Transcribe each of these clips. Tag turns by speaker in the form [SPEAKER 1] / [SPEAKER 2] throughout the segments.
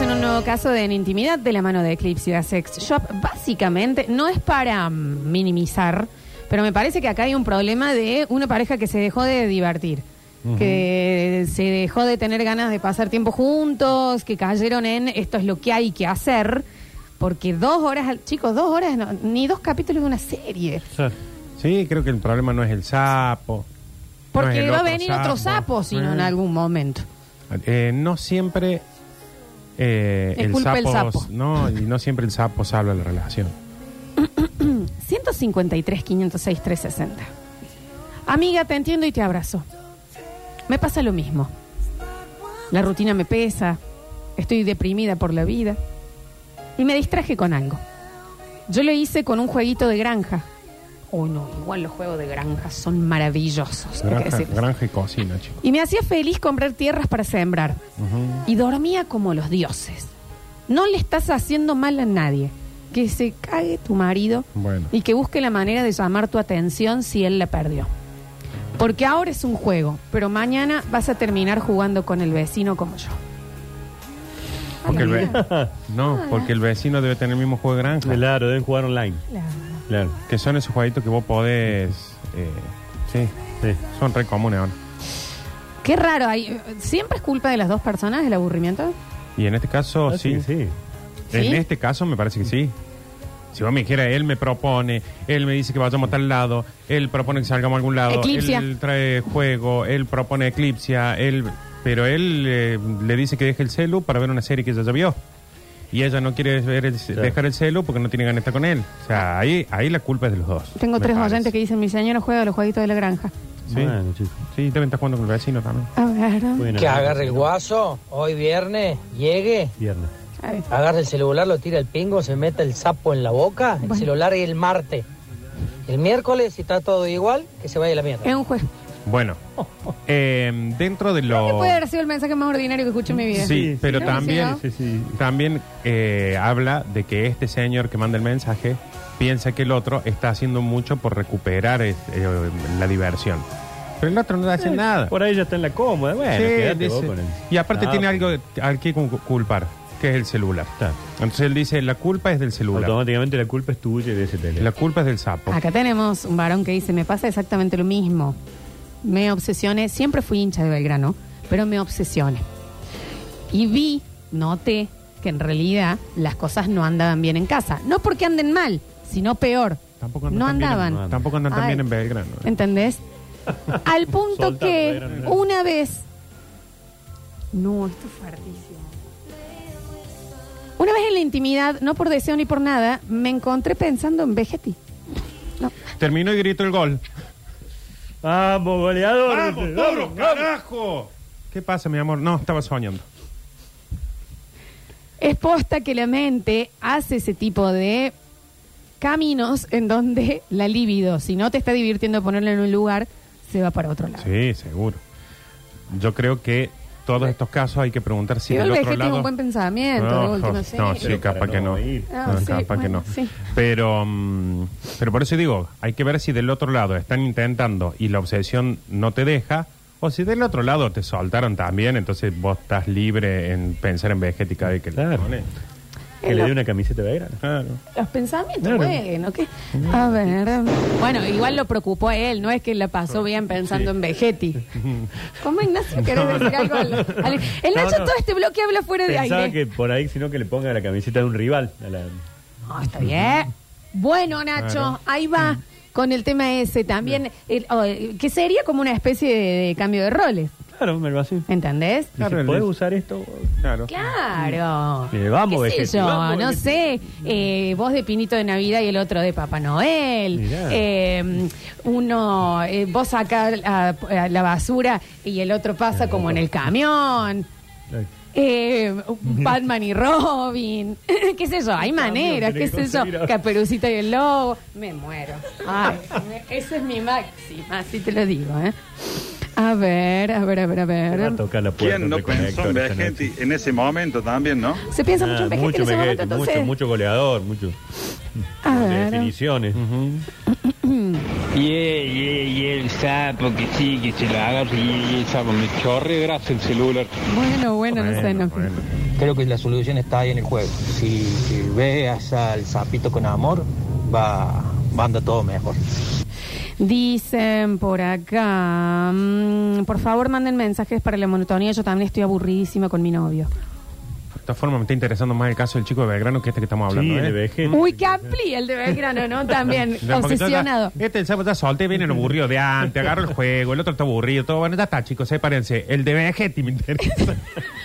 [SPEAKER 1] en un nuevo caso de en intimidad de la mano de Eclipse Sex Shop. Básicamente, no es para mm, minimizar, pero me parece que acá hay un problema de una pareja que se dejó de divertir, que se dejó de tener ganas de pasar tiempo juntos, que cayeron en esto es lo que hay que hacer, porque dos horas, al- chicos, dos horas, no, ni dos capítulos de una serie.
[SPEAKER 2] Sí, creo que el problema no es el sapo. no es
[SPEAKER 1] Porque
[SPEAKER 2] el
[SPEAKER 1] va a
[SPEAKER 2] otro
[SPEAKER 1] venir otro sapo, sino
[SPEAKER 2] Eh,
[SPEAKER 1] en algún momento.
[SPEAKER 2] eh, no siempre eh,
[SPEAKER 1] Es
[SPEAKER 2] el,
[SPEAKER 1] culpa
[SPEAKER 2] sapo,
[SPEAKER 1] del sapo.
[SPEAKER 2] No, y no siempre el sapo salva la relación.
[SPEAKER 1] 153 506 360. Amiga, te entiendo y te abrazo. Me pasa lo mismo. La rutina me pesa, estoy deprimida por la vida y me distraje con algo. Yo lo hice con un jueguito de granja. Oh no, igual los juegos de granja son maravillosos. hay que
[SPEAKER 2] Granja,
[SPEAKER 1] decirlo.
[SPEAKER 2] granja y cocina, chicos.
[SPEAKER 1] Y me hacía feliz comprar tierras para sembrar. Y dormía como los dioses. No le estás haciendo mal a nadie. Que se cague tu marido
[SPEAKER 2] Bueno.
[SPEAKER 1] y que busque la manera de llamar tu atención si él la perdió. Porque ahora es un juego, pero mañana vas a terminar jugando con el vecino como yo.
[SPEAKER 2] Porque el ve- no,
[SPEAKER 1] Ah,
[SPEAKER 2] porque el vecino debe tener el mismo juego de granja.
[SPEAKER 3] Claro, deben jugar online.
[SPEAKER 1] La-
[SPEAKER 3] Claro.
[SPEAKER 2] Que son esos jueguitos que vos podés. eh, sí,
[SPEAKER 3] Sí.
[SPEAKER 2] son re comunes ahora.
[SPEAKER 1] Qué raro, hay, siempre es culpa de las dos personas el aburrimiento.
[SPEAKER 2] Y en este caso,
[SPEAKER 3] Ah,
[SPEAKER 2] sí.
[SPEAKER 3] sí.
[SPEAKER 2] En
[SPEAKER 1] ¿Sí?
[SPEAKER 2] este caso, me parece que sí. Si vos me dijeras, él me propone, él me dice que vayamos a tal lado, él propone que salgamos a algún lado,
[SPEAKER 1] Eclipsia.
[SPEAKER 2] él trae juego, él propone eclipsia, él. Pero él eh, le dice que deje el celu para ver una serie que ella ya vio. Y ella no quiere ver el- dejar el celu porque no tiene ganas de estar con él. O sea, ahí, ahí la culpa es de los dos.
[SPEAKER 1] Tengo
[SPEAKER 2] me
[SPEAKER 1] tres
[SPEAKER 2] parece.
[SPEAKER 1] oyentes que dicen, mi señora juega a los jueguitos de la granja.
[SPEAKER 2] Sí,
[SPEAKER 3] Bueno, chicos.
[SPEAKER 2] sí, deben estar jugando con el vecino también.
[SPEAKER 1] A ver, ¿no?
[SPEAKER 3] Bueno,
[SPEAKER 4] Que agarre el guaso, hoy viernes, llegue,
[SPEAKER 3] Viernes.
[SPEAKER 1] A ver.
[SPEAKER 4] agarre el celular, lo tira el pingo, se meta el sapo en la boca,
[SPEAKER 1] Bueno.
[SPEAKER 4] el celular y el martes. El miércoles, si está todo igual, que se vaya a la mierda.
[SPEAKER 1] es un juego.
[SPEAKER 2] Bueno, eh, dentro de
[SPEAKER 1] Creo
[SPEAKER 2] lo...
[SPEAKER 1] que puede haber sido el mensaje más ordinario que escuché en mi vida.
[SPEAKER 2] Sí,
[SPEAKER 3] Sí,
[SPEAKER 2] pero
[SPEAKER 1] sí,
[SPEAKER 2] también,
[SPEAKER 3] sí, sí.
[SPEAKER 2] también eh, habla de que este señor que manda el mensaje piensa que el otro está haciendo mucho por recuperar eh, eh, la diversión. Pero el otro no hace nada.
[SPEAKER 3] Por ahí ya está en la cómoda. Bueno,
[SPEAKER 2] Sí,
[SPEAKER 3] quédate vos
[SPEAKER 2] dice-
[SPEAKER 3] con él.
[SPEAKER 2] Y aparte
[SPEAKER 3] Ah,
[SPEAKER 2] tiene
[SPEAKER 3] pues,
[SPEAKER 2] algo de- al que cu- culpar, que es el celular.
[SPEAKER 3] Está.
[SPEAKER 2] Entonces él dice, la culpa es del celular.
[SPEAKER 3] Automáticamente la culpa es tuya de ese teléfono.
[SPEAKER 2] La culpa es del sapo.
[SPEAKER 1] Acá tenemos un varón que dice, me pasa exactamente lo mismo. Me obsesioné, siempre fui hincha de Belgrano, pero me obsesioné. Y vi, noté, que en realidad las cosas no andaban bien en casa. No porque anden mal, sino peor.
[SPEAKER 2] Tampoco andan
[SPEAKER 1] no
[SPEAKER 2] tan bien en-
[SPEAKER 1] andaban.
[SPEAKER 2] tampoco andan tan
[SPEAKER 1] Ay.
[SPEAKER 2] bien en Belgrano. eh.
[SPEAKER 1] ¿Entendés? Al punto
[SPEAKER 3] Soltando,
[SPEAKER 1] que
[SPEAKER 3] era, era.
[SPEAKER 1] una vez. No, esto es fuertísimo. Una vez en la intimidad, no por deseo ni por nada, me encontré pensando en Vegetti. No.
[SPEAKER 2] Terminó y gritó el gol.
[SPEAKER 3] Vamos, goleador.
[SPEAKER 2] ¡Vamos, Pablo, carajo! ¿Qué pasa, mi amor? No, estaba soñando.
[SPEAKER 1] Es posta que la mente hace ese tipo de caminos en donde la libido, si no te está divirtiendo ponerla en un lugar, se va para otro lado.
[SPEAKER 2] Sí, seguro. Yo creo que todos estos casos hay que preguntar si
[SPEAKER 1] Igual
[SPEAKER 2] del otro
[SPEAKER 1] Vegetti es
[SPEAKER 2] lado...
[SPEAKER 1] un buen pensamiento, de
[SPEAKER 2] no,
[SPEAKER 1] última,
[SPEAKER 2] no,
[SPEAKER 1] sí.
[SPEAKER 2] no, sí, capaz
[SPEAKER 3] Pero
[SPEAKER 2] que no.
[SPEAKER 3] no ir.
[SPEAKER 1] Ah,
[SPEAKER 2] No,
[SPEAKER 1] sí,
[SPEAKER 2] capaz que
[SPEAKER 1] bueno,
[SPEAKER 2] no.
[SPEAKER 1] sí.
[SPEAKER 2] Pero, mm, pero por eso digo, hay que ver si del otro lado están intentando y la obsesión no te deja, o si del otro lado te soltaron también, entonces vos estás libre en pensar en Vegetti cada vez que le
[SPEAKER 3] Claro.
[SPEAKER 2] pones.
[SPEAKER 3] Que le dé una camiseta de grana.
[SPEAKER 2] Claro.
[SPEAKER 1] Los pensamientos,
[SPEAKER 3] Claro.
[SPEAKER 1] bueno, ¿qué? A ver. Bueno, igual lo preocupó a él, no es que la pasó bien pensando en Vegetti. ¿Cómo, Ignacio, querés decir algo? al- al- el
[SPEAKER 3] No,
[SPEAKER 1] Nacho
[SPEAKER 3] no.
[SPEAKER 1] todo este bloque habla fuera de
[SPEAKER 3] Pensaba
[SPEAKER 1] aire.
[SPEAKER 3] que por ahí, sino que le ponga la camiseta de un rival. a la-
[SPEAKER 1] No, Ah, está bien. Bueno, Nacho,
[SPEAKER 2] Claro.
[SPEAKER 1] ahí va con el tema ese también, el- oh, eh, que sería como una especie de, de cambio de roles,
[SPEAKER 3] Claro, me lo hace.
[SPEAKER 1] ¿entendés?
[SPEAKER 2] Claro,
[SPEAKER 3] Dice,
[SPEAKER 2] el-
[SPEAKER 3] ¿Podés usar esto?
[SPEAKER 2] Claro.
[SPEAKER 1] Claro.
[SPEAKER 3] Eh, vamos,
[SPEAKER 1] ¿Qué sé
[SPEAKER 3] Vegetti,
[SPEAKER 1] yo?
[SPEAKER 3] vamos,
[SPEAKER 1] no
[SPEAKER 3] Vegetti.
[SPEAKER 1] sé. eh, vos de Pinito de Navidad y el otro de Papá Noel.
[SPEAKER 3] Mirá.
[SPEAKER 1] Eh, uno, eh, vos sacás a- a la basura y el otro pasa como en el camión. Eh, Batman y Robin. qué sé yo, hay maneras, qué
[SPEAKER 3] tenés que
[SPEAKER 1] sé yo.
[SPEAKER 3] conseguir algo.
[SPEAKER 1] Caperucita y el lobo. Me muero. Ay, me- esa es mi máxima, así te lo digo, ¿eh? A ver, a ver, a ver, a ver.
[SPEAKER 3] Va a tocar la puerta.
[SPEAKER 5] ¿Quién no
[SPEAKER 3] del
[SPEAKER 5] pensó en
[SPEAKER 3] conector esta noche.
[SPEAKER 5] Vegetti en ese momento también, no?
[SPEAKER 1] Se piensa mucho
[SPEAKER 3] Ah,
[SPEAKER 1] en Vegetti en ese momento,
[SPEAKER 3] Vegetti, mucho,
[SPEAKER 1] entonces.
[SPEAKER 3] mucho goleador, mucho
[SPEAKER 1] A
[SPEAKER 3] de
[SPEAKER 1] ver.
[SPEAKER 3] definiciones.
[SPEAKER 6] Yeah, yeah, yeah, el sapo que sí, que se lo agarre, yeah, yeah, el sapo, me chorre grasa el celular.
[SPEAKER 1] Bueno, bueno, no
[SPEAKER 2] Bueno,
[SPEAKER 1] se enojen.
[SPEAKER 2] bueno.
[SPEAKER 4] Creo que la solución está ahí en el juego. Si, si veas al sapito con amor, va, va a andar todo mejor.
[SPEAKER 1] Dicen por acá, mm, por favor manden mensajes para la monotonía, yo también estoy aburridísima con mi novio.
[SPEAKER 2] De todas formas, me está interesando más el caso del chico de Belgrano que este que estamos hablando.
[SPEAKER 3] Sí,
[SPEAKER 2] ¿eh?
[SPEAKER 3] el vejete.
[SPEAKER 1] Uy, que amplía el de Belgrano, ¿no? También,
[SPEAKER 2] Ya, porque ya-
[SPEAKER 1] obsesionado.
[SPEAKER 2] este el sábado ya solté, viene lo aburrido de antes, agarro el juego, el otro está aburrido, todo bueno, ya está, chicos, sepárense. El de Vegetti me interesa.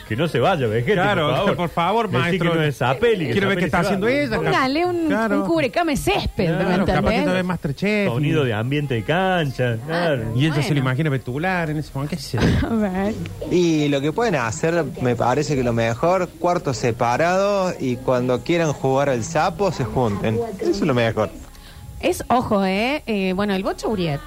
[SPEAKER 3] Que no se vaya, vejete.
[SPEAKER 2] claro,
[SPEAKER 3] por favor,
[SPEAKER 2] por favor,
[SPEAKER 3] Decí
[SPEAKER 2] maestro.
[SPEAKER 3] que no es Zapelli, que
[SPEAKER 2] Quiero ver
[SPEAKER 3] Zapelli
[SPEAKER 2] qué está
[SPEAKER 3] se va.
[SPEAKER 2] haciendo ella.
[SPEAKER 1] Póngale un,
[SPEAKER 2] Claro.
[SPEAKER 1] un cubrecame césped, ¿me
[SPEAKER 2] Claro, capaz que
[SPEAKER 1] entendés?
[SPEAKER 2] esta vez Masterchef.
[SPEAKER 3] Sonido de ambiente de cancha. Claro.
[SPEAKER 2] Y ella se lo
[SPEAKER 1] Ah, Bueno.
[SPEAKER 2] imagina vetular en ese momento. ¿Qué sé yo?
[SPEAKER 1] A ver.
[SPEAKER 7] Y lo que pueden hacer, me parece que lo mejor, cuartos separados y cuando quieran jugar al sapo se junten. Eso es lo mejor.
[SPEAKER 1] Es, ojo, ¿eh? Eh, bueno, el Bocha Uriet,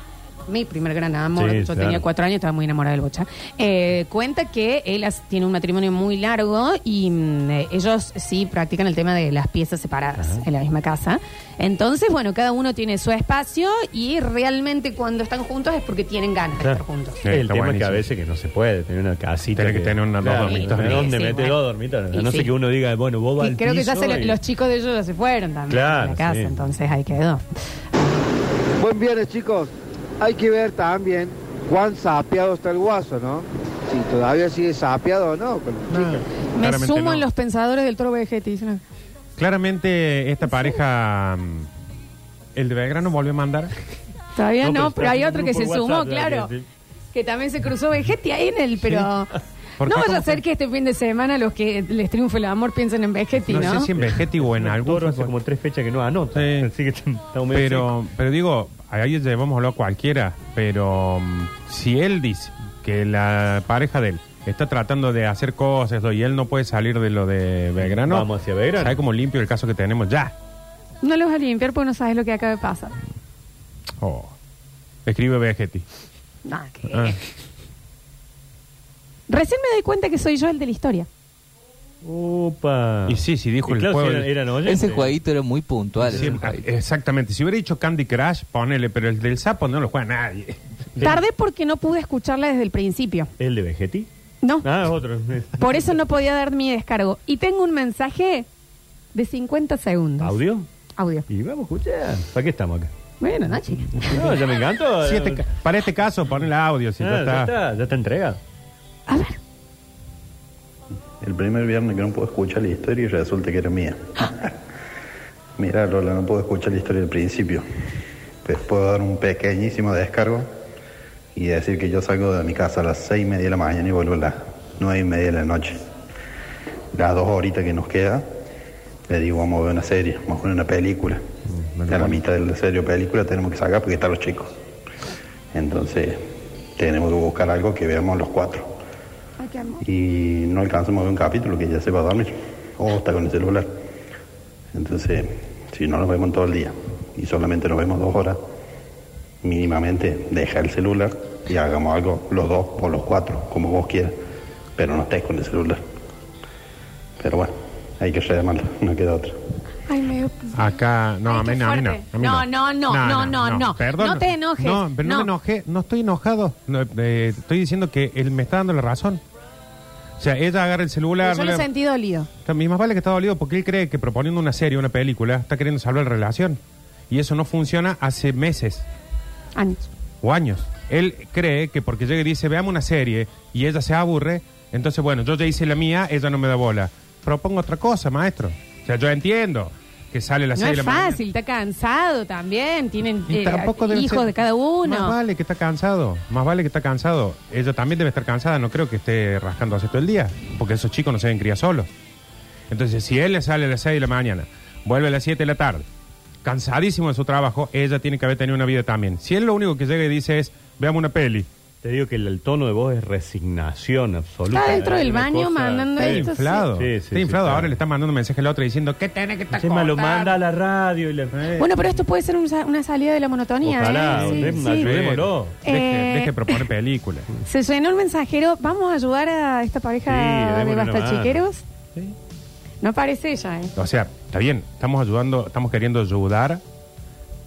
[SPEAKER 1] mi primer gran amor,
[SPEAKER 3] Sí,
[SPEAKER 1] yo
[SPEAKER 3] claro.
[SPEAKER 1] tenía cuatro años, estaba muy enamorada del Bocha, eh, cuenta que él as- tiene un matrimonio muy largo y mm, eh, ellos sí practican el tema de las piezas separadas en la misma casa. Entonces, bueno, cada uno tiene su espacio y realmente cuando están juntos es porque tienen ganas de estar juntos.
[SPEAKER 2] Sí,
[SPEAKER 3] el
[SPEAKER 2] está
[SPEAKER 3] tema es que
[SPEAKER 2] buenísimo.
[SPEAKER 3] a veces que no se puede tener una casita.
[SPEAKER 2] Tiene que tener una- dos dormitorios.
[SPEAKER 3] ¿de ¿Dónde
[SPEAKER 1] Sí,
[SPEAKER 3] metes
[SPEAKER 1] bueno.
[SPEAKER 3] dos dormitorios? A
[SPEAKER 1] Y
[SPEAKER 3] no
[SPEAKER 1] sí.
[SPEAKER 3] sé que uno diga, bueno, vos vas
[SPEAKER 1] Y
[SPEAKER 3] al
[SPEAKER 1] creo que ya
[SPEAKER 3] piso
[SPEAKER 1] se lo-
[SPEAKER 3] y-
[SPEAKER 1] los chicos de ellos ya se fueron también
[SPEAKER 3] Claro,
[SPEAKER 1] a la casa,
[SPEAKER 3] sí.
[SPEAKER 1] entonces ahí quedó.
[SPEAKER 8] Buen viernes, chicos. Hay que ver también cuán sapeado está el guaso, ¿no? Si todavía sigue sapeado o no. con la chica.
[SPEAKER 1] Me
[SPEAKER 2] Claramente
[SPEAKER 1] sumo
[SPEAKER 2] no.
[SPEAKER 1] en los pensadores del toro Vegetti. dicen, "Ah".
[SPEAKER 2] Claramente, esta pareja. mm, El de Belgrano volvió a mandar.
[SPEAKER 1] Todavía no,
[SPEAKER 3] No, pero
[SPEAKER 1] pero
[SPEAKER 3] está
[SPEAKER 1] hay
[SPEAKER 3] en
[SPEAKER 1] otro
[SPEAKER 3] un
[SPEAKER 1] que se
[SPEAKER 3] grupo de
[SPEAKER 1] sumó,
[SPEAKER 3] WhatsApp,
[SPEAKER 1] claro.
[SPEAKER 3] ¿verdad?
[SPEAKER 1] Que también se cruzó Vegetti ahí en él, pero.
[SPEAKER 2] ¿Por qué?
[SPEAKER 1] No vaya a
[SPEAKER 2] ¿Cómo
[SPEAKER 1] ser
[SPEAKER 2] fue?
[SPEAKER 1] que este fin de semana los que les triunfe el amor piensen en Vegetti,
[SPEAKER 2] No,
[SPEAKER 1] ¿no?
[SPEAKER 2] sé si en Vegetti o en
[SPEAKER 3] El
[SPEAKER 2] algún
[SPEAKER 3] toro hace
[SPEAKER 2] fútbol.
[SPEAKER 3] como tres fechas que no anota.
[SPEAKER 2] Sí.
[SPEAKER 3] Así que está medio
[SPEAKER 2] Pero, pero digo, ahí llevámoslo a cualquiera, pero mm, si él dice que la pareja de él está tratando de hacer cosas y él no puede salir de lo de Belgrano,
[SPEAKER 3] Vamos hacia Belgrano.
[SPEAKER 2] ¿Sabe cómo limpio el caso que tenemos ya?
[SPEAKER 1] No los vas a limpiar porque no sabes lo que acaba de pasar.
[SPEAKER 2] Oh. Escribe Vegetti.
[SPEAKER 1] Nah, que-
[SPEAKER 2] Ah.
[SPEAKER 1] Recién me doy cuenta que soy yo el de la historia.
[SPEAKER 3] Opa.
[SPEAKER 2] Y sí, sí, dijo
[SPEAKER 3] Y
[SPEAKER 2] el
[SPEAKER 3] claro,
[SPEAKER 2] juego.
[SPEAKER 3] si eran- eran oyentes.
[SPEAKER 9] Ese jueguito era muy puntual.
[SPEAKER 2] Sí,
[SPEAKER 9] ese
[SPEAKER 2] ah,
[SPEAKER 9] jueguito.
[SPEAKER 2] exactamente. Si hubiera dicho Candy Crush, ponele, pero el del sapo no lo juega nadie.
[SPEAKER 1] Tardé porque no pude escucharla desde el principio.
[SPEAKER 3] ¿El de Vegetti?
[SPEAKER 1] No.
[SPEAKER 3] Ah, es otro.
[SPEAKER 1] Por eso no podía dar mi descargo. Y tengo un mensaje de 50 segundos.
[SPEAKER 3] ¿Audio?
[SPEAKER 1] Audio.
[SPEAKER 3] Y vamos a escuchar. ¿Para qué estamos acá?
[SPEAKER 1] Bueno, Nachi.
[SPEAKER 3] No, ya me encantó.
[SPEAKER 2] Si este ca- para este caso, ponele audio, si
[SPEAKER 3] Ah,
[SPEAKER 2] ya está.
[SPEAKER 3] ya está entregado.
[SPEAKER 1] A ver.
[SPEAKER 10] El primer viernes que no puedo escuchar la historia y resulta que era mía. Mirá, Lola, no puedo escuchar la historia del principio. Te puedo dar un pequeñísimo descargo y decir que yo salgo de mi casa a las seis y media de la mañana y vuelvo a las nueve y media de la noche. Las dos horitas que nos queda, le digo, vamos a ver una serie, vamos a ver una película. a la mitad de la serie o película tenemos que sacar porque están los chicos. Entonces, tenemos que buscar algo que veamos los cuatro
[SPEAKER 1] Ay, qué hermoso.
[SPEAKER 10] y no alcanzamos a ver un capítulo que ya se va a dormir o está con el celular. Entonces, si no nos vemos en todo el día y solamente nos vemos dos horas, mínimamente deja el celular y hagamos algo los dos o los cuatro, como vos quieras, pero no estés con el celular. Pero bueno, hay que rellamarlo, no queda otra.
[SPEAKER 1] Ay, me
[SPEAKER 2] Acá, no,
[SPEAKER 1] Ay,
[SPEAKER 2] a mí
[SPEAKER 1] qué
[SPEAKER 2] no, a mí no,
[SPEAKER 1] Este fuerte.
[SPEAKER 2] a mí no.
[SPEAKER 1] No, no, no, no, no.
[SPEAKER 2] Perdón.
[SPEAKER 1] No te enojes.
[SPEAKER 2] No, pero no,
[SPEAKER 1] No.
[SPEAKER 2] me enojé, no estoy enojado. No, eh, estoy diciendo que él me está dando la razón. O sea, ella agarra el celular.
[SPEAKER 1] Yo
[SPEAKER 2] no
[SPEAKER 1] lo
[SPEAKER 2] le-
[SPEAKER 1] sentí dolido.
[SPEAKER 2] A mí más vale que está dolido porque él cree que proponiendo una serie, una película, está queriendo salvar la relación. Y eso no funciona hace meses
[SPEAKER 1] Años.
[SPEAKER 2] o años. Él cree que porque llega y dice, veamos una serie, y ella se aburre, entonces, bueno, yo ya hice la mía, ella no me da bola. Propongo otra cosa, maestro. O sea, yo entiendo que sale la
[SPEAKER 1] no
[SPEAKER 2] serie de
[SPEAKER 1] es
[SPEAKER 2] la mañana.
[SPEAKER 1] fácil, está cansado también. Tienen
[SPEAKER 2] Y
[SPEAKER 1] eh,
[SPEAKER 2] tampoco debe
[SPEAKER 1] hijos
[SPEAKER 2] ser-
[SPEAKER 1] de cada uno.
[SPEAKER 2] Más vale que está cansado, más vale que está cansado. Ella también debe estar cansada, no creo que esté rascando hace todo el día, porque esos chicos no se deben criar solos. Entonces, si él le sale a las 6 de la mañana, vuelve a las 7 de la tarde, cansadísimo de su trabajo, ella tiene que haber tenido una vida también. Si él lo único que llega y dice es, veamos una peli,
[SPEAKER 3] Te digo que el, el tono de voz es resignación absoluta.
[SPEAKER 1] Está dentro del
[SPEAKER 3] Una
[SPEAKER 1] baño mandando
[SPEAKER 2] está
[SPEAKER 1] Esto sí.
[SPEAKER 2] inflado.
[SPEAKER 3] Sí, sí,
[SPEAKER 2] está
[SPEAKER 3] sí,
[SPEAKER 2] inflado.
[SPEAKER 3] está.
[SPEAKER 2] Ahora le está mandando un mensaje al otro diciendo, ¿qué tiene que estar
[SPEAKER 3] Encima lo
[SPEAKER 2] cortando?"
[SPEAKER 3] manda a la radio y le... eh,
[SPEAKER 1] Bueno, pero esto puede ser un sa- una salida de la monotonía.
[SPEAKER 3] Ojalá,
[SPEAKER 1] ¿eh? Sí,
[SPEAKER 3] de-
[SPEAKER 1] sí.
[SPEAKER 3] una ayuda. Ayudémoslo.
[SPEAKER 2] Deje,
[SPEAKER 1] Eh,
[SPEAKER 2] deje proponer películas.
[SPEAKER 1] Se llenó el mensajero. Vamos a ayudar a esta
[SPEAKER 3] Sí,
[SPEAKER 1] pareja de
[SPEAKER 3] démosle una mano.
[SPEAKER 1] bastachiqueros. No aparece ella, ¿eh?
[SPEAKER 2] O sea, está bien, estamos ayudando, estamos queriendo ayudar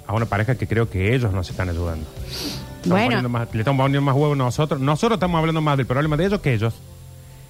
[SPEAKER 2] a una pareja que creo que ellos nos están ayudando. Estamos
[SPEAKER 1] Bueno.
[SPEAKER 2] poniendo más- le estamos poniendo más huevos nosotros. Nosotros estamos hablando más del problema de ellos que ellos.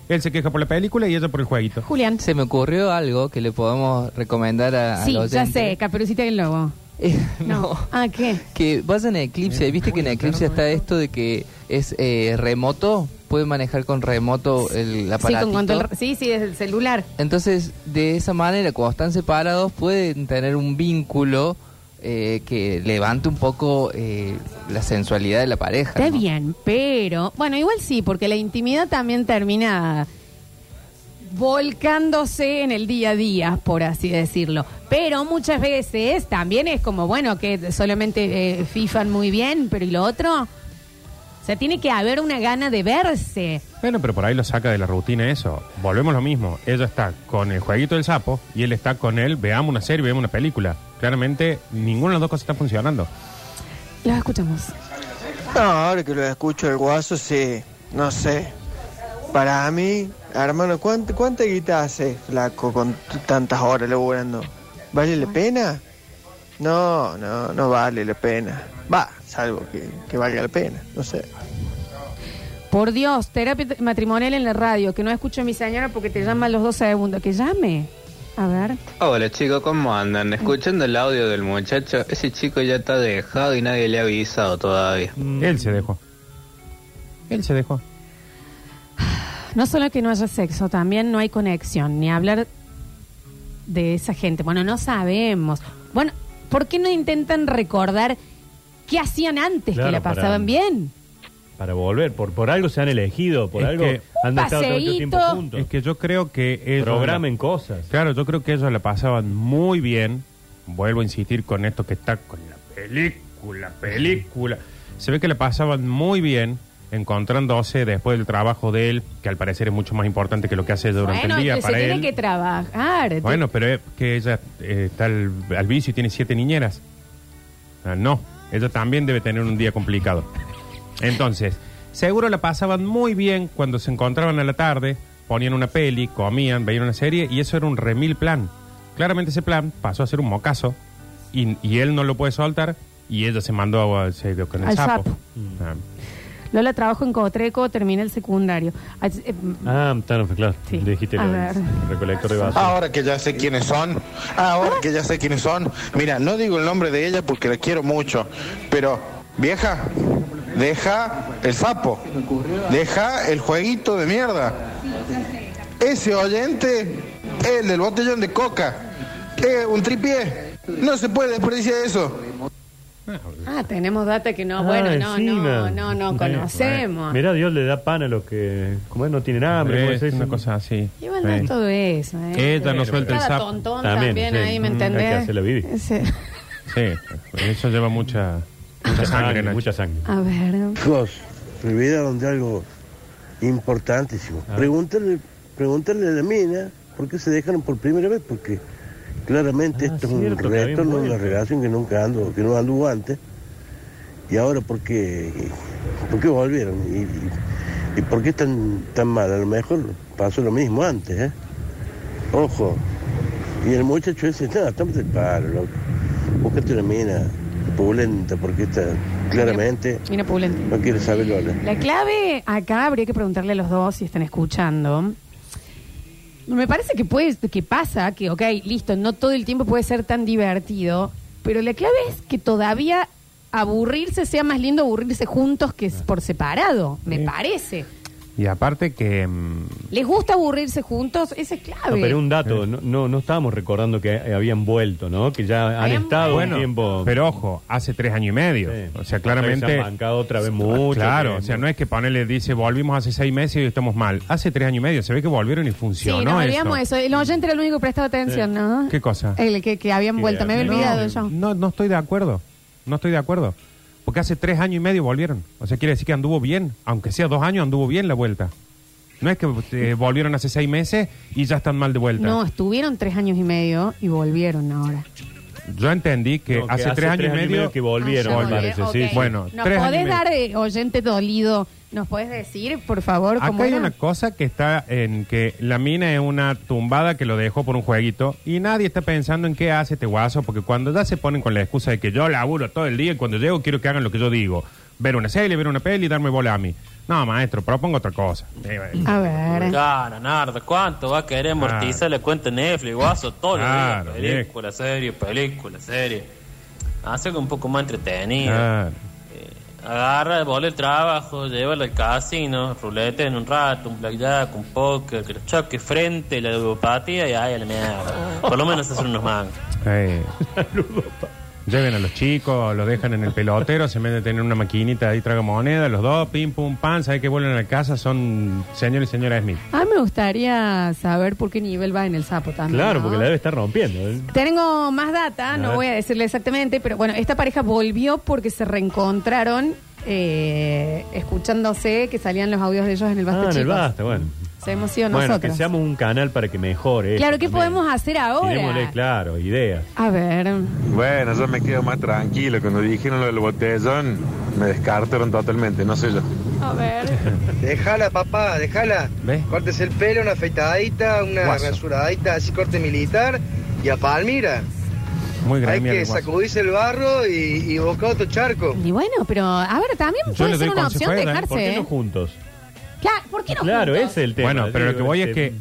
[SPEAKER 2] Él se queja por la película y ella por el jueguito.
[SPEAKER 1] Julián.
[SPEAKER 9] Se me ocurrió algo que le podemos recomendar a,
[SPEAKER 1] Sí,
[SPEAKER 9] al
[SPEAKER 1] ya
[SPEAKER 9] oyente.
[SPEAKER 1] sé, Caperucita y el Lobo.
[SPEAKER 9] Eh,
[SPEAKER 1] No.
[SPEAKER 9] no.
[SPEAKER 1] Ah, ¿qué?
[SPEAKER 9] Que vayan a Eclipse. ¿Viste que en Eclipse está esto de que es eh, remoto? Puede manejar con remoto el
[SPEAKER 1] Sí,
[SPEAKER 9] aparato.
[SPEAKER 1] con control- sí, sí, desde el celular.
[SPEAKER 9] Entonces, de esa manera, cuando están separados, pueden tener un vínculo eh, que levante un poco eh, la sensualidad de la pareja.
[SPEAKER 1] Está
[SPEAKER 9] ¿no?
[SPEAKER 1] bien, pero bueno, igual sí, porque la intimidad también termina volcándose en el día a día, por así decirlo. Pero muchas veces también es como, bueno, que solamente eh, fifan muy bien, pero ¿y lo otro? O sea, tiene que haber una gana de verse.
[SPEAKER 2] Bueno, pero por ahí lo saca de la rutina eso. Volvemos a lo mismo. Ella está con el jueguito del sapo y él está con él. Veamos una serie, veamos una película. Claramente, ninguna de las dos cosas está funcionando.
[SPEAKER 1] Los escuchamos.
[SPEAKER 7] No, ahora que lo escucho el guaso, sí. No sé. Para mí, hermano, ¿cuánta, cuánta guita hace, flaco, con t- tantas horas laburando? ¿Vale la pena? No, no, no vale la pena. Va, salvo que, que valga la pena, no sé.
[SPEAKER 1] Por Dios, terapia t- matrimonial en la radio, que no escucho a mi señora porque te llama a los dos segundos. Que llame. A ver.
[SPEAKER 11] Hola chicos, ¿cómo andan? Escuchando el audio del muchacho, ese chico ya está dejado y nadie le ha avisado todavía.
[SPEAKER 2] Él se dejó. Él se dejó.
[SPEAKER 1] No solo que no haya sexo, también no hay conexión, ni hablar de esa gente. Bueno, no sabemos. Bueno, ¿por qué no intentan recordar qué hacían antes,
[SPEAKER 3] Claro,
[SPEAKER 1] que la
[SPEAKER 3] para-
[SPEAKER 1] pasaban bien?
[SPEAKER 3] Para volver, por, por algo se han elegido, por
[SPEAKER 2] Es
[SPEAKER 3] algo
[SPEAKER 2] que-
[SPEAKER 3] han estado tanto
[SPEAKER 1] Paseíto.
[SPEAKER 3] tiempo juntos.
[SPEAKER 2] Es que yo creo que ellos...
[SPEAKER 3] Programen cosas.
[SPEAKER 2] Claro, yo creo que ellos la pasaban muy bien. Vuelvo a insistir con esto que está con la película, película. Se ve que la pasaban muy bien encontrándose después del trabajo de él, que al parecer es mucho más importante que lo que hace durante
[SPEAKER 1] Bueno,
[SPEAKER 2] el día
[SPEAKER 1] se
[SPEAKER 2] para
[SPEAKER 1] tiene
[SPEAKER 2] él.
[SPEAKER 1] que trabajar.
[SPEAKER 2] Bueno, pero es que ella eh, está al, al vicio y tiene siete niñeras. Ah, no, ella también debe tener un día complicado. Entonces, seguro la pasaban muy bien cuando se encontraban a la tarde, ponían una peli, comían, veían una serie y eso era un remil plan. Claramente ese plan pasó a ser un mocazo y, y él no lo puede soltar y ella se mandó a, se dio con el
[SPEAKER 1] Al
[SPEAKER 2] sapo.
[SPEAKER 1] sapo.
[SPEAKER 2] Ah,
[SPEAKER 1] Lola trabajo en Cotreco, terminé el secundario. Ah, eh,
[SPEAKER 3] Ah, está claro.
[SPEAKER 1] Sí.
[SPEAKER 3] Dijiste
[SPEAKER 1] A
[SPEAKER 3] lo
[SPEAKER 1] ver.
[SPEAKER 3] del recolector de basura.
[SPEAKER 12] Ahora que ya sé quiénes son, ahora que ya sé quiénes son, mira, no digo el nombre de ella porque la quiero mucho, pero vieja, deja el sapo, deja el jueguito de mierda. Ese oyente, el del botellón de coca, es un tripié, no se puede desperdiciar eso.
[SPEAKER 1] ah, tenemos data que no, bueno,
[SPEAKER 3] Ah,
[SPEAKER 1] no, no,
[SPEAKER 3] encima.
[SPEAKER 1] no, no
[SPEAKER 3] Sí.
[SPEAKER 1] conocemos.
[SPEAKER 3] Mira, Dios le da pan a los que como él no tienen hambre.
[SPEAKER 2] es
[SPEAKER 3] ¿cómo es eso?
[SPEAKER 2] una cosa así.
[SPEAKER 1] Igual no es
[SPEAKER 2] Sí.
[SPEAKER 1] todo eso, ¿eh?
[SPEAKER 2] Ella no suelta el
[SPEAKER 1] Cada
[SPEAKER 2] sapo.
[SPEAKER 1] tontón también,
[SPEAKER 3] También, sí.
[SPEAKER 1] ahí, ¿me
[SPEAKER 3] Mm, hay que
[SPEAKER 1] entendés?
[SPEAKER 3] hacerle bibi.
[SPEAKER 1] Ese-
[SPEAKER 2] Sí, eso lleva mucha, mucha sangre.
[SPEAKER 3] Mucha sangre,
[SPEAKER 2] Nacho.
[SPEAKER 3] mucha sangre.
[SPEAKER 1] A ver.
[SPEAKER 13] Chicos, me olvidaron de algo importantísimo.
[SPEAKER 3] Ah.
[SPEAKER 13] Pregúntale, pregúntale a la mina por qué se dejaron por primera vez, porque claramente
[SPEAKER 3] Ah,
[SPEAKER 13] esto
[SPEAKER 3] cierto, que
[SPEAKER 13] Este es un
[SPEAKER 3] habían
[SPEAKER 13] retorno de una
[SPEAKER 3] vuelto.
[SPEAKER 13] relación que nunca ando, que no anduvo antes. Y ahora por qué, por qué volvieron ¿Y, y- y por qué están tan mal. A lo mejor pasó lo mismo antes, ¿eh? Ojo. Y el muchacho dice, no, estamos de paro, loco. Búscate una mina pulenta, porque está claramente.
[SPEAKER 1] Mira, Pulente.
[SPEAKER 13] No quiere saber Lola.
[SPEAKER 1] La clave acá habría que preguntarle a los dos si están escuchando. Me parece que puede, que pasa, que ok, listo, no todo el tiempo puede ser tan divertido, pero la clave es que todavía aburrirse sea más lindo aburrirse juntos que por separado, me
[SPEAKER 2] Sí.
[SPEAKER 1] parece.
[SPEAKER 2] Y aparte que... mm,
[SPEAKER 1] ¿Les gusta aburrirse juntos? Esa es clave.
[SPEAKER 3] No, pero un
[SPEAKER 2] Eh.
[SPEAKER 3] dato, no, no, no estábamos recordando que eh, habían vuelto, ¿no? Que ya han
[SPEAKER 1] Habían
[SPEAKER 3] estado
[SPEAKER 2] Bueno,
[SPEAKER 3] un tiempo.
[SPEAKER 2] pero ojo, hace tres años y medio.
[SPEAKER 3] Sí.
[SPEAKER 2] O sea,
[SPEAKER 3] Se
[SPEAKER 2] claramente. Ah,
[SPEAKER 3] han bancado otra vez mucho.
[SPEAKER 2] claro,
[SPEAKER 3] que-
[SPEAKER 2] o sea, no es que Panele dice volvimos hace seis meses y estamos mal. Hace tres años y medio, se ve que volvieron y
[SPEAKER 1] Sí,
[SPEAKER 2] funcionó.
[SPEAKER 1] nos olvidamos
[SPEAKER 2] eso.
[SPEAKER 1] eso. El oyente era el único que prestaba atención,
[SPEAKER 3] Sí.
[SPEAKER 1] ¿no?
[SPEAKER 2] ¿Qué cosa?
[SPEAKER 1] El que, que habían
[SPEAKER 3] Que
[SPEAKER 1] vuelto, me había olvidado
[SPEAKER 2] no,
[SPEAKER 1] yo.
[SPEAKER 2] No, no estoy de acuerdo. No estoy de acuerdo. Porque hace tres años y medio volvieron. O sea, quiere decir que anduvo bien. Aunque sea dos años, anduvo bien la vuelta. No es que eh, volvieron hace seis meses y ya están mal de vuelta.
[SPEAKER 1] No, estuvieron tres años y medio y volvieron ahora.
[SPEAKER 2] Yo entendí que,
[SPEAKER 3] No, que
[SPEAKER 2] hace, tres años y medio.
[SPEAKER 3] que volvieron,
[SPEAKER 1] Ah, ya
[SPEAKER 3] me parece.
[SPEAKER 1] volvieron,
[SPEAKER 3] sí,
[SPEAKER 1] ok.
[SPEAKER 3] sí.
[SPEAKER 2] Bueno,
[SPEAKER 1] ¿Nos
[SPEAKER 2] tres
[SPEAKER 1] podés
[SPEAKER 2] años y medio.
[SPEAKER 1] dar, eh, oyente dolido, ¿Nos puedes decir, por favor,
[SPEAKER 2] Acá
[SPEAKER 1] cómo
[SPEAKER 2] hay
[SPEAKER 1] era?
[SPEAKER 2] una cosa que está en que la mina es una tumbada que lo dejó por un jueguito y nadie está pensando en qué hace este guaso, porque cuando ya se ponen con la excusa de que yo laburo todo el día y cuando llego quiero que hagan lo que yo digo, ver una serie, ver una peli y darme bola a mí. No, maestro, propongo otra cosa. Eh, eh,
[SPEAKER 1] A ver.
[SPEAKER 14] Claro, Nardo, ¿cuánto va a querer amortizar la cuenta Netflix, guaso? Todo
[SPEAKER 2] Claro,
[SPEAKER 14] lo Película, serie, película, serie. Hace que un poco más entretenido.
[SPEAKER 2] Claro.
[SPEAKER 14] Eh, agarra, bola el trabajo, llévala al casino, rulete en un rato, un blackjack, un póker, que los choque frente, la ludopatía y ay, a la mierda. Por lo menos hacer unos mangos.
[SPEAKER 2] eh. Lleven a los chicos, los dejan en el pelotero, se meten a tener una maquinita ahí, traga moneda, los dos, pim, pum, pan, sabe que vuelven a la casa, son señor y señora Smith.
[SPEAKER 1] A mí me gustaría saber por qué nivel va en el sapo también.
[SPEAKER 3] Claro,
[SPEAKER 1] ¿no?
[SPEAKER 3] porque la debe estar rompiendo. ¿eh?
[SPEAKER 1] Tengo más data, no
[SPEAKER 3] ver.
[SPEAKER 1] voy a decirle exactamente, pero bueno, esta pareja volvió porque se reencontraron eh, escuchándose que salían los audios de ellos en el Basta
[SPEAKER 3] Ah, en el
[SPEAKER 1] Chicos.
[SPEAKER 3] basta, bueno.
[SPEAKER 1] Se emocionó
[SPEAKER 3] Bueno, que
[SPEAKER 1] nosotros.
[SPEAKER 3] seamos un canal para que mejore.
[SPEAKER 1] Claro, ¿qué
[SPEAKER 3] que
[SPEAKER 1] podemos hacer ahora?
[SPEAKER 3] claro, ideas.
[SPEAKER 1] A ver.
[SPEAKER 15] Bueno, yo me quedo más tranquilo. Cuando dijeron lo del botellón,
[SPEAKER 12] Mm.
[SPEAKER 15] me descartaron totalmente, no sé yo.
[SPEAKER 1] A ver.
[SPEAKER 16] Déjala, papá, déjala.
[SPEAKER 2] ¿Ves?
[SPEAKER 16] Cortes el pelo, una afeitadita, una
[SPEAKER 2] Guaso.
[SPEAKER 16] rasuradita, así corte militar y a Palmira.
[SPEAKER 2] Muy
[SPEAKER 16] Hay
[SPEAKER 2] grande.
[SPEAKER 16] que sacudirse el barro y, y buscar otro charco.
[SPEAKER 1] Y bueno, pero a ver, también
[SPEAKER 2] Yo
[SPEAKER 1] puede
[SPEAKER 2] le doy
[SPEAKER 1] ser una
[SPEAKER 2] consejo
[SPEAKER 1] opción
[SPEAKER 2] a Edan,
[SPEAKER 1] dejarse.
[SPEAKER 2] ¿por qué
[SPEAKER 1] ¿eh?
[SPEAKER 2] no juntos?
[SPEAKER 1] Claro, ¿por qué no juntos?
[SPEAKER 3] ese es el tema.
[SPEAKER 2] Bueno, pero lo
[SPEAKER 3] Digo,
[SPEAKER 2] que voy es
[SPEAKER 3] este-
[SPEAKER 2] que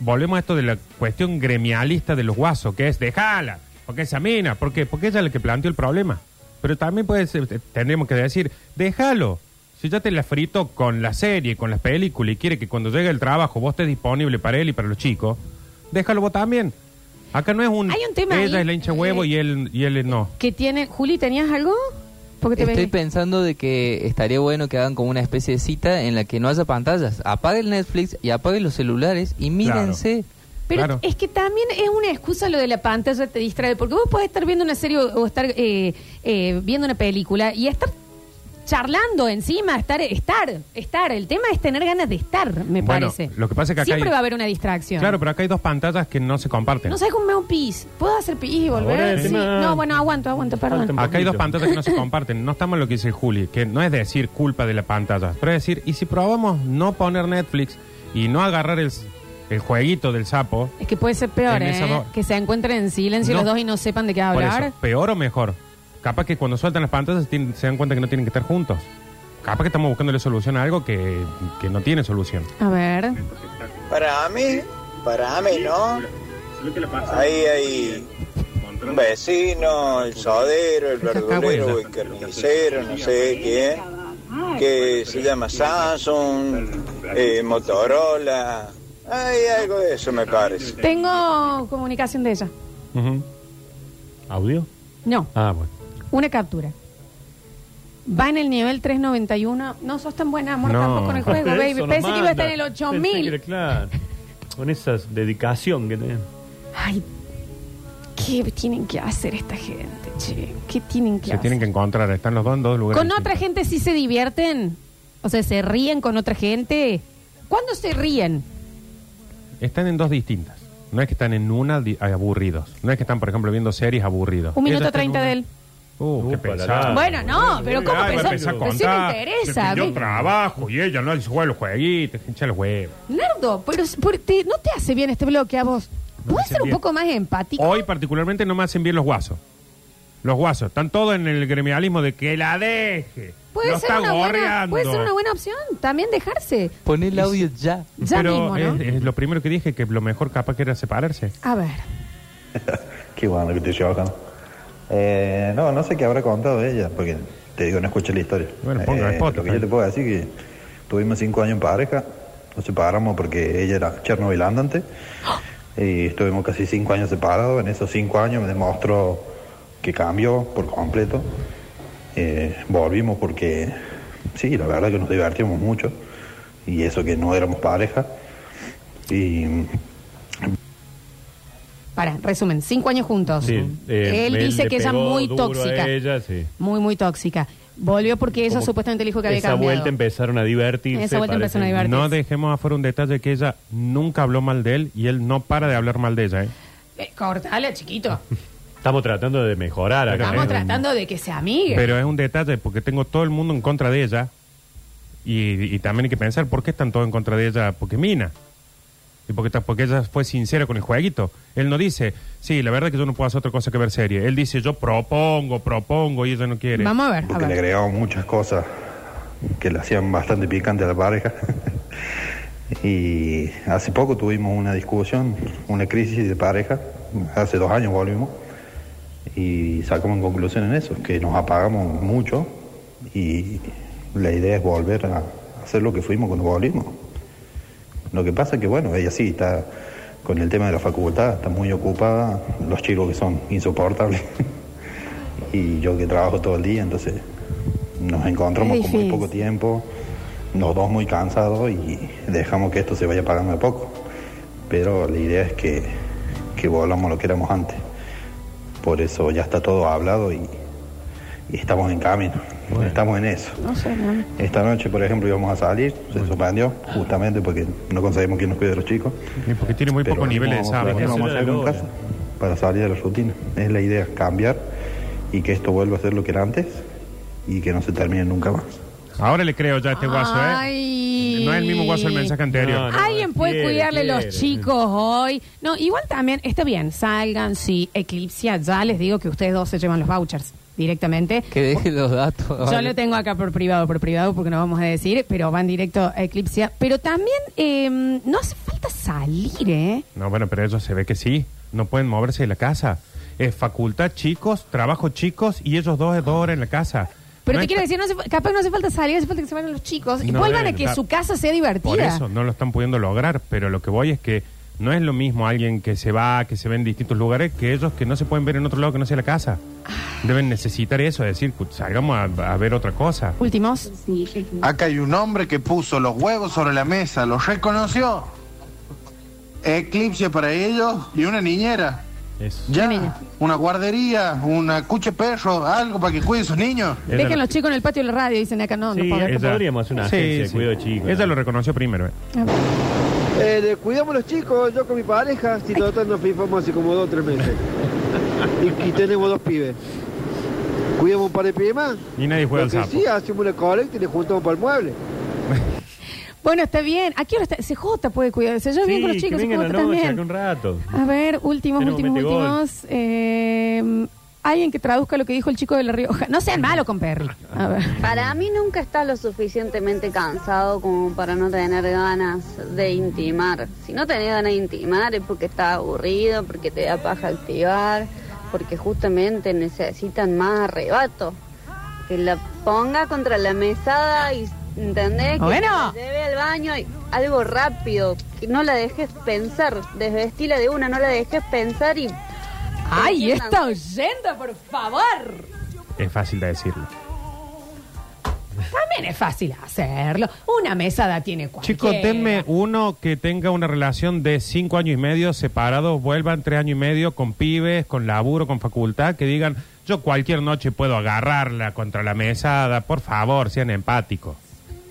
[SPEAKER 2] volvemos a esto de la cuestión gremialista de los guasos, que es dejala, porque esa mina, ¿por qué? Porque ella es la que planteó el problema. Pero también puede ser, eh, tendríamos que decir, déjalo. Si ya te la frito con la serie, con las películas y quiere que cuando llegue el trabajo vos estés disponible para él y para los chicos, déjalo vos también. Acá no es un.
[SPEAKER 1] Hay un tema
[SPEAKER 2] Ella
[SPEAKER 1] ahí,
[SPEAKER 2] es la hincha huevo y él, y él no.
[SPEAKER 1] Que tiene. Juli, ¿tenías algo? Porque te
[SPEAKER 9] Estoy
[SPEAKER 1] ves-
[SPEAKER 9] pensando de que estaría bueno que hagan como una especie de cita en la que no haya pantallas. Apague el Netflix y apague los celulares y mírense.
[SPEAKER 1] Pero es que también es una excusa lo de la pantalla te distrae, porque vos podés estar viendo una serie o, o estar eh, eh, viendo una película y estar charlando encima, estar, estar, estar. El tema es tener ganas de estar, me
[SPEAKER 2] Bueno,
[SPEAKER 1] parece.
[SPEAKER 2] lo que pasa es que acá
[SPEAKER 1] Siempre
[SPEAKER 2] hay-
[SPEAKER 1] va a haber una distracción.
[SPEAKER 2] Claro, pero acá hay dos pantallas que no se comparten.
[SPEAKER 1] No sé cómo me hago un pis. ¿Puedo hacer pis y
[SPEAKER 2] Ahora
[SPEAKER 1] volver?
[SPEAKER 2] el
[SPEAKER 1] Sí.
[SPEAKER 2] tema-
[SPEAKER 1] No, bueno, aguanto, aguanto, perdón.
[SPEAKER 2] Acá hay dos pantallas que no se comparten. No estamos en lo que dice Juli, que no es decir culpa de la pantalla, pero es decir, ¿y si probamos no poner Netflix y no agarrar el, el jueguito del sapo?
[SPEAKER 1] Es que puede ser peor,
[SPEAKER 2] En esas
[SPEAKER 1] ¿eh?
[SPEAKER 2] dos-
[SPEAKER 1] Que se encuentren en silencio
[SPEAKER 2] No.
[SPEAKER 1] los dos y no sepan de qué
[SPEAKER 2] Por
[SPEAKER 1] hablar.
[SPEAKER 2] eso, ¿Peor o mejor? Capaz que cuando sueltan las pantallas tienen- se dan cuenta que no tienen que estar juntos. Capaz que estamos buscándole solución a algo que, que no tiene solución.
[SPEAKER 1] A ver.
[SPEAKER 17] Para mí, para mí, ¿no? Ahí hay un vecino, el sodero, el verdulero, el carnicero, no sé quién, que se llama Samsung, eh, Motorola. Hay algo de eso, me parece.
[SPEAKER 1] Tengo comunicación de ella.
[SPEAKER 3] ¿Audio?
[SPEAKER 1] No.
[SPEAKER 3] Ah, bueno.
[SPEAKER 1] Una captura. Va en el nivel 391. No sos tan buena, amor, tampoco con el juego,
[SPEAKER 3] Eso
[SPEAKER 1] baby.
[SPEAKER 3] nos
[SPEAKER 1] Pensé que iba a
[SPEAKER 3] manda.
[SPEAKER 1] estar en el
[SPEAKER 3] Pensé que
[SPEAKER 1] 8000.
[SPEAKER 3] era Claro. Con esa dedicación que tenés.
[SPEAKER 1] Ay, ¿qué tienen que hacer esta gente, che? ¿Qué tienen que
[SPEAKER 2] Se
[SPEAKER 1] hacer?
[SPEAKER 2] tienen que encontrar, están los dos en dos lugares.
[SPEAKER 1] ¿Con
[SPEAKER 2] distintos.
[SPEAKER 1] otra gente sí se divierten? O sea, ¿se ríen con otra gente? ¿Cuándo se ríen?
[SPEAKER 2] Están en dos distintas. No es que están en una di- aburridos. No es que están, por ejemplo, viendo series aburridos.
[SPEAKER 1] Un
[SPEAKER 2] Ella
[SPEAKER 1] minuto
[SPEAKER 2] está en
[SPEAKER 1] treinta
[SPEAKER 2] una-
[SPEAKER 1] de él.
[SPEAKER 2] Uh, qué pesado.
[SPEAKER 1] Bueno, no, pero ¿cómo
[SPEAKER 2] Ay, va a
[SPEAKER 1] pensó?
[SPEAKER 2] empezar a
[SPEAKER 1] Recién me
[SPEAKER 2] contar.
[SPEAKER 1] interesa.
[SPEAKER 2] que Yo
[SPEAKER 1] ve-
[SPEAKER 2] trabajo y ella no juega los jueguitos, hincha los huevos.
[SPEAKER 1] Nardo, pero s- por- te- no te hace bien este bloque a vos.
[SPEAKER 2] No me
[SPEAKER 1] ¿Puedes
[SPEAKER 2] hace
[SPEAKER 1] ser un
[SPEAKER 2] bien. Oh,
[SPEAKER 1] poco más empático?
[SPEAKER 2] Hoy particularmente no me hacen bien los guasos. Los guasos, están todos en el gremialismo de que la deje.
[SPEAKER 1] Puede
[SPEAKER 2] lo
[SPEAKER 1] ser,
[SPEAKER 2] está
[SPEAKER 1] una buena,
[SPEAKER 2] gorreando.
[SPEAKER 1] puede ser una buena opción también dejarse.
[SPEAKER 9] Pon el audio ya.
[SPEAKER 1] Ya
[SPEAKER 2] Pero eh,
[SPEAKER 1] mismo, ¿no?
[SPEAKER 2] es, es lo primero que dije, que lo mejor capaz que era separarse.
[SPEAKER 1] A ver.
[SPEAKER 10] Qué bueno que te llevan. Eh, no, no sé qué habrá contado ella, porque te digo, no escuché la historia.
[SPEAKER 2] Bueno, ponga
[SPEAKER 10] Eh,
[SPEAKER 2] Spotify.
[SPEAKER 10] Lo que yo te puedo decir que tuvimos cinco años en pareja, nos separamos porque ella era Chernobyl andante y estuvimos casi cinco años separados. En esos cinco años me demostró que cambió por completo. Eh, volvimos porque, sí, la verdad que nos divertimos mucho y eso que no éramos pareja. Y
[SPEAKER 1] Para, resumen, cinco años juntos.
[SPEAKER 3] Sí, eh,
[SPEAKER 1] él, dice
[SPEAKER 3] le
[SPEAKER 1] que ella es
[SPEAKER 3] pegó
[SPEAKER 1] muy
[SPEAKER 3] duro a
[SPEAKER 1] tóxica.
[SPEAKER 3] ella, sí.
[SPEAKER 1] Muy, muy tóxica. Volvió porque ella
[SPEAKER 3] Como
[SPEAKER 1] supuestamente le dijo que había
[SPEAKER 3] Esa
[SPEAKER 1] cambiado.
[SPEAKER 3] vuelta empezaron a divertirse.
[SPEAKER 1] Esa vuelta
[SPEAKER 3] parece.
[SPEAKER 1] empezaron a divertirse.
[SPEAKER 2] No dejemos afuera un detalle que ella nunca habló mal de él y él no para de hablar mal de ella. ¿eh?
[SPEAKER 1] Eh, cortala, chiquito.
[SPEAKER 3] Estamos tratando de mejorar acá.
[SPEAKER 1] Estamos
[SPEAKER 3] ¿eh?
[SPEAKER 1] tratando de que se amigue.
[SPEAKER 2] Pero es un detalle porque tengo todo el mundo en contra de ella Y, y también hay que pensar por qué están todos en contra de ella, porque mina. Y porque, ta- porque ella fue sincera con el jueguito. Él no dice, sí, la verdad es que yo no puedo hacer otra cosa que ver serie. Él dice, yo propongo, propongo, y ella no quiere.
[SPEAKER 1] Vamos a ver. a
[SPEAKER 10] Porque le
[SPEAKER 1] ver.
[SPEAKER 10] agregaban muchas cosas que le hacían bastante picante a la pareja. y hace poco tuvimos una discusión, una crisis de pareja, hace dos años volvimos, y sacamos en conclusión en eso, que nos apagamos mucho y la idea es volver a hacer lo que fuimos cuando volvimos. Lo que pasa es que, bueno, ella sí está con el tema de la facultad, está muy ocupada, los chicos que son insoportables, y yo que trabajo todo el día, entonces nos encontramos
[SPEAKER 1] Es
[SPEAKER 10] con muy
[SPEAKER 1] difícil.
[SPEAKER 10] poco tiempo, los dos muy cansados y dejamos que esto se vaya pagando de a poco. Pero la idea es que, que volvamos a lo que éramos antes. Por eso ya está todo hablado y, y estamos en camino, estamos en eso.
[SPEAKER 1] No sé, no.
[SPEAKER 10] Esta noche, por ejemplo, íbamos a salir, se suspendió justamente porque no conseguimos que nos cuide de los chicos.
[SPEAKER 2] Y porque tiene muy
[SPEAKER 10] Pero
[SPEAKER 2] pocos
[SPEAKER 10] vamos
[SPEAKER 2] niveles de
[SPEAKER 10] a
[SPEAKER 2] sábado.
[SPEAKER 10] planear, vamos a hacer en casa para salir de la rutina. Es la idea, cambiar y que esto vuelva a ser lo que era antes y que no se termine nunca más.
[SPEAKER 2] Ahora le creo ya a este guaso, ¿eh?
[SPEAKER 1] Ay.
[SPEAKER 2] No es el mismo guaso del mensaje anterior.
[SPEAKER 1] Alguien puede
[SPEAKER 2] quiere,
[SPEAKER 1] cuidarle
[SPEAKER 2] quiere.
[SPEAKER 1] los chicos hoy. No, igual también está bien. Salgan, sí, Eclipse, ya les digo que ustedes dos se llevan los vouchers directamente.
[SPEAKER 9] Que dejen los datos.
[SPEAKER 1] Yo lo tengo acá por privado, por privado, porque no vamos a decir, pero van directo a Eclipse. Pero también eh, no hace falta salir, ¿eh?
[SPEAKER 2] No, bueno, pero ellos se ve que sí. No pueden moverse de la casa. Es facultad chicos, trabajo chicos y ellos dos es dos horas en la casa.
[SPEAKER 1] Pero
[SPEAKER 2] No
[SPEAKER 1] te
[SPEAKER 2] es-
[SPEAKER 1] quiero decir, no hace fa- capaz no hace falta salir, hace falta que se vayan los chicos y
[SPEAKER 2] No
[SPEAKER 1] vuelvan a
[SPEAKER 2] deben
[SPEAKER 1] que
[SPEAKER 2] estar.
[SPEAKER 1] su casa sea
[SPEAKER 2] Por
[SPEAKER 1] divertida.
[SPEAKER 2] eso no lo están pudiendo lograr, pero lo que voy es que no es lo mismo alguien que se va, que se ve en distintos lugares, que ellos que no se pueden ver en otro lado que no sea la casa.
[SPEAKER 8] Ah.
[SPEAKER 2] Deben necesitar eso, decir, "Cut, salgamos a, a ver otra cosa.
[SPEAKER 1] Últimos.
[SPEAKER 18] Acá hay un hombre que puso los huevos sobre la mesa, los reconoció. Eclipse para ellos y una niñera. Ya, una guardería, una cuche perro, algo para que cuide sus niños.
[SPEAKER 1] Dejen los chicos en el patio de la radio, dicen acá, no, no puedo ver.
[SPEAKER 3] podríamos hacer una agencia de cuidado de chicos,
[SPEAKER 2] Ella lo reconoció primero. eh.
[SPEAKER 8] Eh, le cuidamos los chicos, yo con mi pareja, si total nos fifamos hace como dos o tres meses. y, y tenemos dos pibes. Cuidamos un par de pibes más.
[SPEAKER 2] Y nadie juega al
[SPEAKER 8] Lo que
[SPEAKER 2] sapo.
[SPEAKER 8] sí, hacemos una colecta y le juntamos para el mueble.
[SPEAKER 1] Bueno, está bien. Aquí ahora está. CJ puede cuidarse. Yo bien con los
[SPEAKER 3] que
[SPEAKER 1] chicos,
[SPEAKER 3] vengan a
[SPEAKER 1] CJ
[SPEAKER 3] la noche, acá
[SPEAKER 1] también.
[SPEAKER 3] un rato.
[SPEAKER 1] A ver, últimos,
[SPEAKER 3] Tenemos
[SPEAKER 1] últimos,
[SPEAKER 3] metegol.
[SPEAKER 1] últimos. Eh, alguien que traduzca lo que dijo el chico de La Rioja. No sean malos con Perry. A ver.
[SPEAKER 19] Para mí nunca está lo suficientemente cansado como para no tener ganas de intimar. Si no tenés ganas de intimar es porque está aburrido, porque te da paja activar, porque justamente necesitan más arrebato. Que la ponga contra la mesada y entendés que
[SPEAKER 1] Bueno.
[SPEAKER 19] se la lleve al baño y algo rápido, que no la dejes pensar, desvestila de una, no la dejes pensar y
[SPEAKER 1] ¡Ay, está oyendo, por favor!
[SPEAKER 2] Es fácil de decirlo.
[SPEAKER 1] También es fácil hacerlo. Una mesada tiene cualquiera.
[SPEAKER 2] Chicos, denme uno que tenga una relación de cinco años y medio separados, vuelvan tres años y medio con pibes, con laburo, con facultad, que digan, yo cualquier noche puedo agarrarla contra la mesada, por favor, sean empáticos,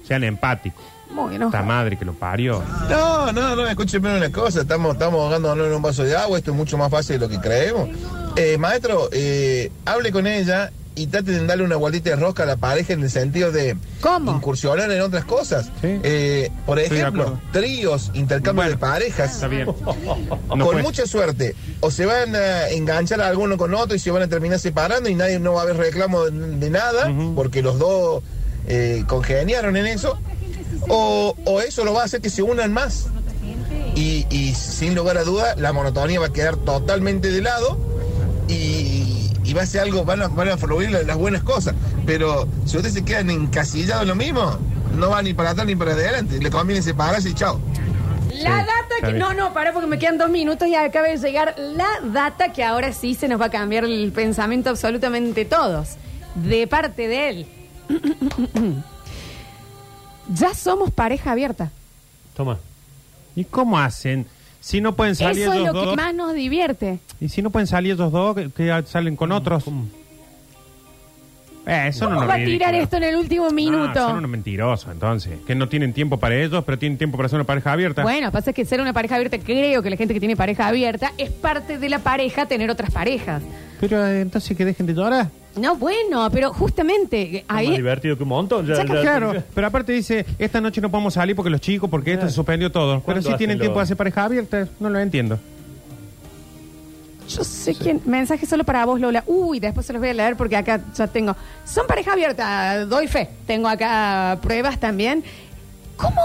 [SPEAKER 2] sean empáticos.
[SPEAKER 1] Muy
[SPEAKER 2] Esta
[SPEAKER 1] enojado.
[SPEAKER 2] madre que lo parió.
[SPEAKER 20] No, no, no, escúcheme una cosa, estamos, estamos ahogándonos en un vaso de agua, esto es mucho más fácil de lo que creemos. Eh, maestro, eh, hable con ella y trate de darle una vueltita de rosca a la pareja en el sentido de incursionar en otras cosas. Eh, por
[SPEAKER 2] Estoy de
[SPEAKER 20] ejemplo,
[SPEAKER 2] acuerdo.
[SPEAKER 20] tríos, intercambio de parejas. Está
[SPEAKER 2] bien.
[SPEAKER 20] con
[SPEAKER 2] puede.
[SPEAKER 20] mucha suerte, o se van a enganchar a alguno con otro y se van a terminar separando y nadie no va a haber reclamo de, de nada, porque los dos eh, congeniaron en eso, o, o eso lo va a hacer que se unan más. Y, y sin lugar a duda, la monotonía va a quedar totalmente de lado y, y va a ser algo, van a, van a fluir las, las buenas cosas. Pero si ustedes se quedan encasillados en lo mismo, no van ni para atrás ni para adelante. Le conviene separarse y chao.
[SPEAKER 1] La data
[SPEAKER 20] está
[SPEAKER 1] que.
[SPEAKER 20] bien.
[SPEAKER 1] No, no, para porque me quedan dos minutos y acaba de llegar la data que ahora sí se nos va a cambiar el pensamiento absolutamente todos. De parte de él. ya somos pareja abierta.
[SPEAKER 2] Toma. ¿Y cómo hacen? Si no pueden
[SPEAKER 1] Eso
[SPEAKER 2] salir
[SPEAKER 1] es
[SPEAKER 2] ellos
[SPEAKER 1] lo
[SPEAKER 2] dos,
[SPEAKER 1] que más nos divierte.
[SPEAKER 2] y si no pueden salir ellos dos, que, que salen con otros. Eh, eso no
[SPEAKER 1] ¿Cómo
[SPEAKER 2] nos
[SPEAKER 1] va a tirar esto en el último
[SPEAKER 2] Ah,
[SPEAKER 1] minuto?
[SPEAKER 2] son unos mentirosos, entonces. Que no tienen tiempo para ellos, pero tienen tiempo para ser una pareja abierta.
[SPEAKER 1] Bueno, pasa que ser una pareja abierta, creo que la gente que tiene pareja abierta es parte de la pareja tener otras parejas.
[SPEAKER 2] Pero eh, entonces que dejen de llorar.
[SPEAKER 1] No, bueno, pero justamente eh,
[SPEAKER 3] Más
[SPEAKER 1] ahí.
[SPEAKER 3] divertido que un montón. Ya,
[SPEAKER 2] Saca,
[SPEAKER 3] ya-
[SPEAKER 2] claro, pero aparte dice, esta noche no podemos salir porque los chicos, porque esto se suspendió todo. Pero
[SPEAKER 3] ¿Cuándo
[SPEAKER 2] si tienen
[SPEAKER 3] hacen
[SPEAKER 2] tiempo
[SPEAKER 3] lo-
[SPEAKER 2] de hacer pareja abierta, no lo entiendo.
[SPEAKER 1] Yo sé quién. Mensaje solo para vos, Lola. Uy, después se los voy a leer porque acá ya tengo. Son pareja abierta, doy fe. Tengo acá pruebas también. ¿Cómo?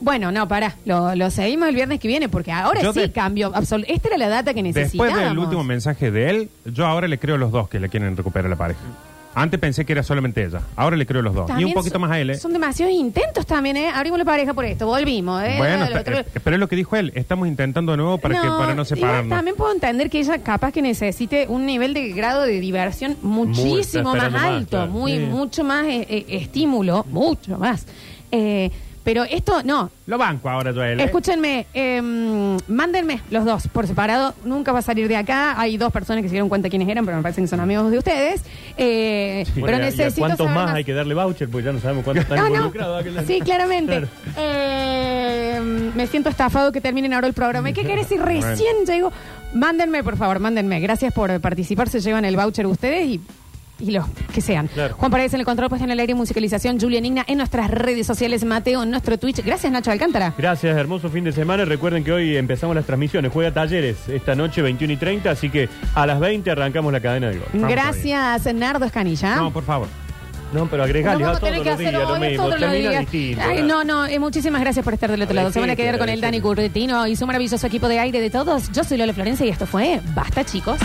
[SPEAKER 1] Bueno, no, pará. Lo, lo seguimos el viernes que viene porque ahora
[SPEAKER 2] Yo
[SPEAKER 1] sí
[SPEAKER 2] de-
[SPEAKER 1] cambio. absol- Esta era la data que necesitábamos.
[SPEAKER 2] Después del último mensaje de él, yo ahora le creo a los dos que le quieren recuperar la pareja. Antes pensé que era solamente ella, ahora le creo a los dos. y
[SPEAKER 1] También
[SPEAKER 2] un poquito
[SPEAKER 1] son-
[SPEAKER 2] más a él. ¿eh?
[SPEAKER 1] Son demasiados intentos también, ¿eh? Abrimos la pareja por esto, volvimos, ¿eh?
[SPEAKER 2] bueno,
[SPEAKER 1] Lo otro-
[SPEAKER 2] pe- eh, pero es lo que dijo él, estamos intentando de nuevo para, que, para no
[SPEAKER 1] igual
[SPEAKER 2] separarnos.
[SPEAKER 1] También puedo entender que ella capaz que necesite un nivel de grado de diversión muchísimo
[SPEAKER 2] está
[SPEAKER 1] más
[SPEAKER 2] esperando más,
[SPEAKER 1] alto,
[SPEAKER 2] claro.
[SPEAKER 1] muy,
[SPEAKER 2] Sí.
[SPEAKER 1] mucho más eh, eh, estímulo, mucho más. Eh, pero esto no.
[SPEAKER 2] Lo banco ahora yo a él. ¿eh?
[SPEAKER 1] Escúchenme, eh, mándenme los dos por separado. Nunca va a salir de acá. Hay dos personas que se dieron cuenta quiénes eran, pero me parece que son amigos de ustedes. Eh,
[SPEAKER 3] Bueno,
[SPEAKER 1] pero
[SPEAKER 3] y a- y a
[SPEAKER 1] necesito
[SPEAKER 3] ¿Cuántos
[SPEAKER 1] saber
[SPEAKER 3] más, hay que darle voucher? Porque ya no sabemos cuántos están
[SPEAKER 1] No, no.
[SPEAKER 3] involucrados. aquel-
[SPEAKER 1] Sí, claramente.
[SPEAKER 3] Claro.
[SPEAKER 1] Eh, me siento estafado que terminen ahora el programa. ¿Y qué querés si recién llego? Mándenme, por favor, mándenme. Gracias por participar. Se llevan el voucher ustedes y, y los que sean. Juan Paredes en el control, puesto en el aire y musicalización. Julia Igna en nuestras redes sociales. Mateo en nuestro Twitch. Gracias, Nacho Alcántara.
[SPEAKER 3] Gracias, hermoso fin de semana. Recuerden que hoy empezamos las transmisiones. Juega Talleres esta noche 21 y 30, así que a las 20 arrancamos la cadena de gol.
[SPEAKER 1] Gracias, Nardo Escanilla.
[SPEAKER 3] No,
[SPEAKER 2] por favor.
[SPEAKER 3] No, pero agregale
[SPEAKER 1] No,
[SPEAKER 3] a
[SPEAKER 1] vamos a
[SPEAKER 3] todos
[SPEAKER 1] tener que
[SPEAKER 3] los días
[SPEAKER 1] hacer
[SPEAKER 3] lo
[SPEAKER 1] hoy, es
[SPEAKER 3] mismo.
[SPEAKER 1] todos los
[SPEAKER 3] Termina
[SPEAKER 1] días.
[SPEAKER 3] distinto.
[SPEAKER 1] Ay, no, no, eh, muchísimas gracias por estar del otro lado. Se van a quedar con el Dani Curtino y su maravilloso equipo de aire de todos. Yo soy Lola Florencia y esto fue Basta, chicos.